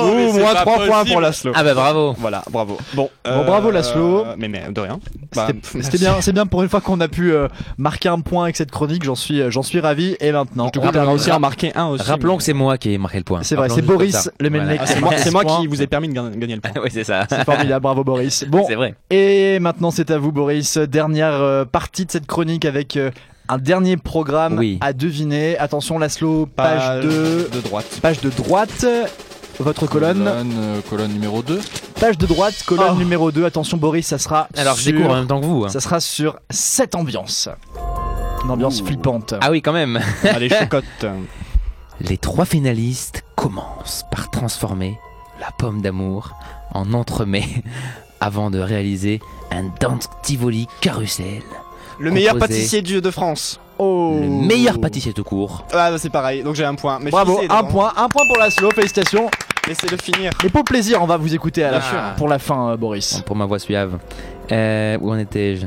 [SPEAKER 8] Oh, mais
[SPEAKER 6] Ouh,
[SPEAKER 8] c'est
[SPEAKER 6] moins
[SPEAKER 8] pas
[SPEAKER 6] 3 points
[SPEAKER 8] possible.
[SPEAKER 6] pour Laszlo.
[SPEAKER 11] Ah bah bravo.
[SPEAKER 8] Voilà, bravo. Bon,
[SPEAKER 6] Bon, bravo, Laszlo.
[SPEAKER 8] Euh, Mais, mais de rien. Bah,
[SPEAKER 6] C'était c'était bien, c'est bien pour une fois qu'on a pu euh, marquer un point avec cette chronique. J'en suis, euh, j'en suis ravi. Et maintenant,
[SPEAKER 8] Du coup, t'en as réussi à en marquer un aussi.
[SPEAKER 11] Rappelons que c'est moi qui ai marqué le point.
[SPEAKER 6] C'est vrai,
[SPEAKER 11] Rappelons
[SPEAKER 6] c'est
[SPEAKER 11] juste
[SPEAKER 6] Boris,
[SPEAKER 11] comme ça.
[SPEAKER 6] le Melnec.
[SPEAKER 8] Ah, c'est moi, c'est moi qui vous ai permis de ga- gagner le point.
[SPEAKER 11] oui, c'est ça.
[SPEAKER 6] C'est formidable, bravo Boris. Bon,
[SPEAKER 11] C'est vrai.
[SPEAKER 6] et maintenant c'est à vous Boris. Dernière euh, partie de cette chronique avec euh, un dernier programme
[SPEAKER 11] Oui.
[SPEAKER 6] à deviner. Attention Laszlo, page 2,
[SPEAKER 8] de droite.
[SPEAKER 6] page de droite, votre colonne.
[SPEAKER 10] Colonne, euh, colonne numéro 2.
[SPEAKER 6] Page de droite, colonne
[SPEAKER 11] Oh.
[SPEAKER 6] numéro 2. Attention Boris, ça sera
[SPEAKER 11] Alors je
[SPEAKER 6] sur,
[SPEAKER 11] découvre en même temps que vous. hein.
[SPEAKER 6] ça sera sur cette ambiance. Une ambiance flippante.
[SPEAKER 11] Ah oui, quand même.
[SPEAKER 8] Allez, chocotte.
[SPEAKER 11] Les trois finalistes commencent par transformer la pomme d'amour en entremets avant de réaliser un Dante Tivoli carrousel.
[SPEAKER 8] Le meilleur
[SPEAKER 11] Composé.
[SPEAKER 8] pâtissier du- de France.
[SPEAKER 6] Oh.
[SPEAKER 11] Le meilleur pâtissier tout court.
[SPEAKER 8] Ah, bah, c'est pareil. Donc j'ai un point. Mais
[SPEAKER 6] Bravo,
[SPEAKER 8] finissez,
[SPEAKER 6] un
[SPEAKER 8] d'abord.
[SPEAKER 6] point, un point pour Laszlo, félicitations.
[SPEAKER 8] Laissez-le finir.
[SPEAKER 6] Et pour le plaisir, on va vous écouter
[SPEAKER 11] Ah.
[SPEAKER 6] à la
[SPEAKER 8] Bien
[SPEAKER 6] fin,
[SPEAKER 8] sûr.
[SPEAKER 6] pour la fin, euh, Boris.
[SPEAKER 11] Bon, Pour ma voix suave. Euh, où en étais-je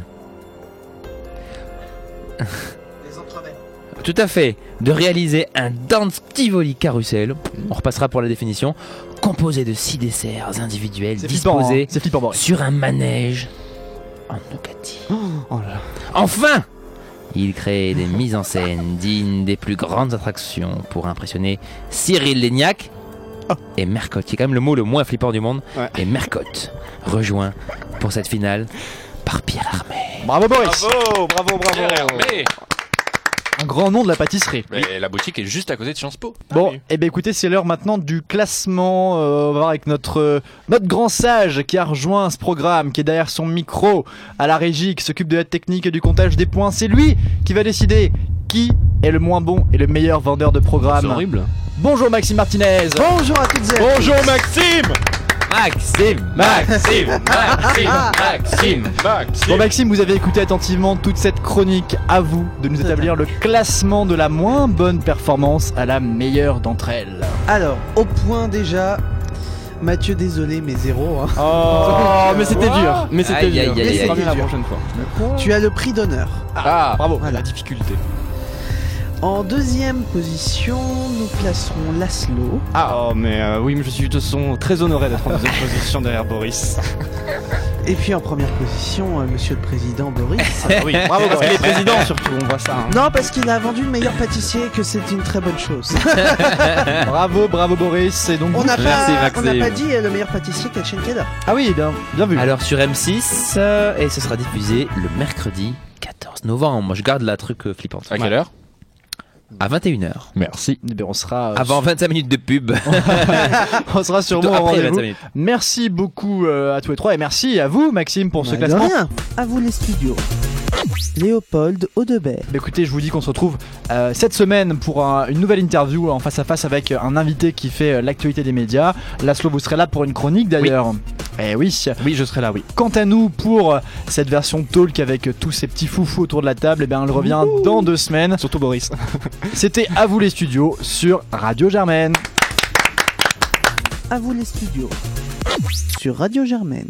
[SPEAKER 11] Tout à fait. De réaliser un Dante Tivoli Carrousel, on repassera pour la définition, composé de six desserts individuels
[SPEAKER 6] C'est flippant, hein.
[SPEAKER 11] disposés
[SPEAKER 6] c'est flippant, Boris.
[SPEAKER 11] sur un manège en nougatie. Enfin Il crée des mises en scène dignes des plus grandes attractions pour impressionner Cyril Lignac et Mercotte, qui est quand même le mot le moins flippant du monde.
[SPEAKER 8] Ouais.
[SPEAKER 11] Et Mercotte, rejoint pour cette finale par Pierre Armé.
[SPEAKER 6] Bravo Boris,
[SPEAKER 8] Bravo, bravo, bravo.
[SPEAKER 10] Mais,
[SPEAKER 6] un grand nom de la pâtisserie.
[SPEAKER 10] mais la boutique est juste à côté de Sciences Po.
[SPEAKER 6] Bon, et ben écoutez, c'est l'heure maintenant du classement. euh, on va voir avec notre, euh, notre grand sage qui a rejoint ce programme, qui est derrière son micro à la régie, qui s'occupe de la technique et du comptage des points. C'est lui qui va décider qui est le moins bon et le meilleur vendeur de programme. Bonjour Maxime Martinez.
[SPEAKER 3] Bonjour à toutes et à tous.
[SPEAKER 8] Bonjour Maxime.
[SPEAKER 11] Maxime
[SPEAKER 10] Maxime Maxime Maxime
[SPEAKER 6] Bon Maxime, vous avez écouté attentivement toute cette chronique. À vous de nous établir le classement de la moins bonne performance à la meilleure d'entre elles.
[SPEAKER 3] Alors, au point déjà, Mathieu, désolé, mais zéro. hein.
[SPEAKER 6] Oh, mais c'était dur.
[SPEAKER 8] Mais
[SPEAKER 11] Aïe,
[SPEAKER 8] c'était
[SPEAKER 11] aïe,
[SPEAKER 8] dur.
[SPEAKER 11] aïe,
[SPEAKER 8] Mais
[SPEAKER 11] aïe,
[SPEAKER 8] ce sera
[SPEAKER 3] aïe.
[SPEAKER 8] mieux la prochaine fois.
[SPEAKER 4] Oh.
[SPEAKER 3] Tu as le prix d'honneur.
[SPEAKER 10] Ah
[SPEAKER 6] Bravo.
[SPEAKER 3] Voilà.
[SPEAKER 8] difficulté.
[SPEAKER 3] En deuxième position, nous placerons Laszlo.
[SPEAKER 8] Ah oh, mais euh, oui, mais je suis de son très honoré d'être en deuxième position derrière Boris.
[SPEAKER 3] Et puis en première position, euh, Monsieur le Président Boris.
[SPEAKER 8] oui, bravo Boris. les présidents surtout, on voit ça. hein.
[SPEAKER 3] non, parce qu'il a vendu le meilleur pâtissier et que c'est une très bonne chose.
[SPEAKER 6] Ah. Bravo, bravo Boris. C'est donc
[SPEAKER 3] On n'a
[SPEAKER 11] Merci,
[SPEAKER 3] pas, on n'a
[SPEAKER 11] Maxime.
[SPEAKER 3] pas dit euh, le meilleur pâtissier Kachen Keda.
[SPEAKER 6] Ah oui, bien, bien vu.
[SPEAKER 11] Alors sur M6, euh, et ce sera diffusé le mercredi 14 novembre. Moi je garde la truc euh, flippante.
[SPEAKER 10] À quelle heure
[SPEAKER 11] À 21h.
[SPEAKER 10] Merci.
[SPEAKER 6] Eh bien, on sera euh,
[SPEAKER 11] Avant 25 minutes de pub.
[SPEAKER 6] sur- on sera
[SPEAKER 11] Plutôt
[SPEAKER 6] sûrement au
[SPEAKER 11] après 25
[SPEAKER 6] rendez-vous.
[SPEAKER 11] minutes.
[SPEAKER 6] Merci beaucoup euh, à tous les trois et merci à vous Maxime pour ce
[SPEAKER 3] Bah, de
[SPEAKER 6] classement.
[SPEAKER 3] rien. À vous les studios. Léopold Audebert.
[SPEAKER 6] Bah, Écoutez, je vous dis qu'on se retrouve euh, cette semaine pour un- une nouvelle interview en face à face avec euh, un invité qui fait euh, l'actualité des médias. Laszlo, vous serez là pour une chronique d'ailleurs. Eh oui.
[SPEAKER 8] Oui, je serai là, oui.
[SPEAKER 6] Quant à nous, pour euh, cette version talk avec euh, tous ces petits foufous autour de la table, eh bien, elle revient dans deux semaines.
[SPEAKER 8] Surtout Boris.
[SPEAKER 6] C'était à vous les studios sur Radio Germaine.
[SPEAKER 3] À vous les studios. Sur Radio Germaine.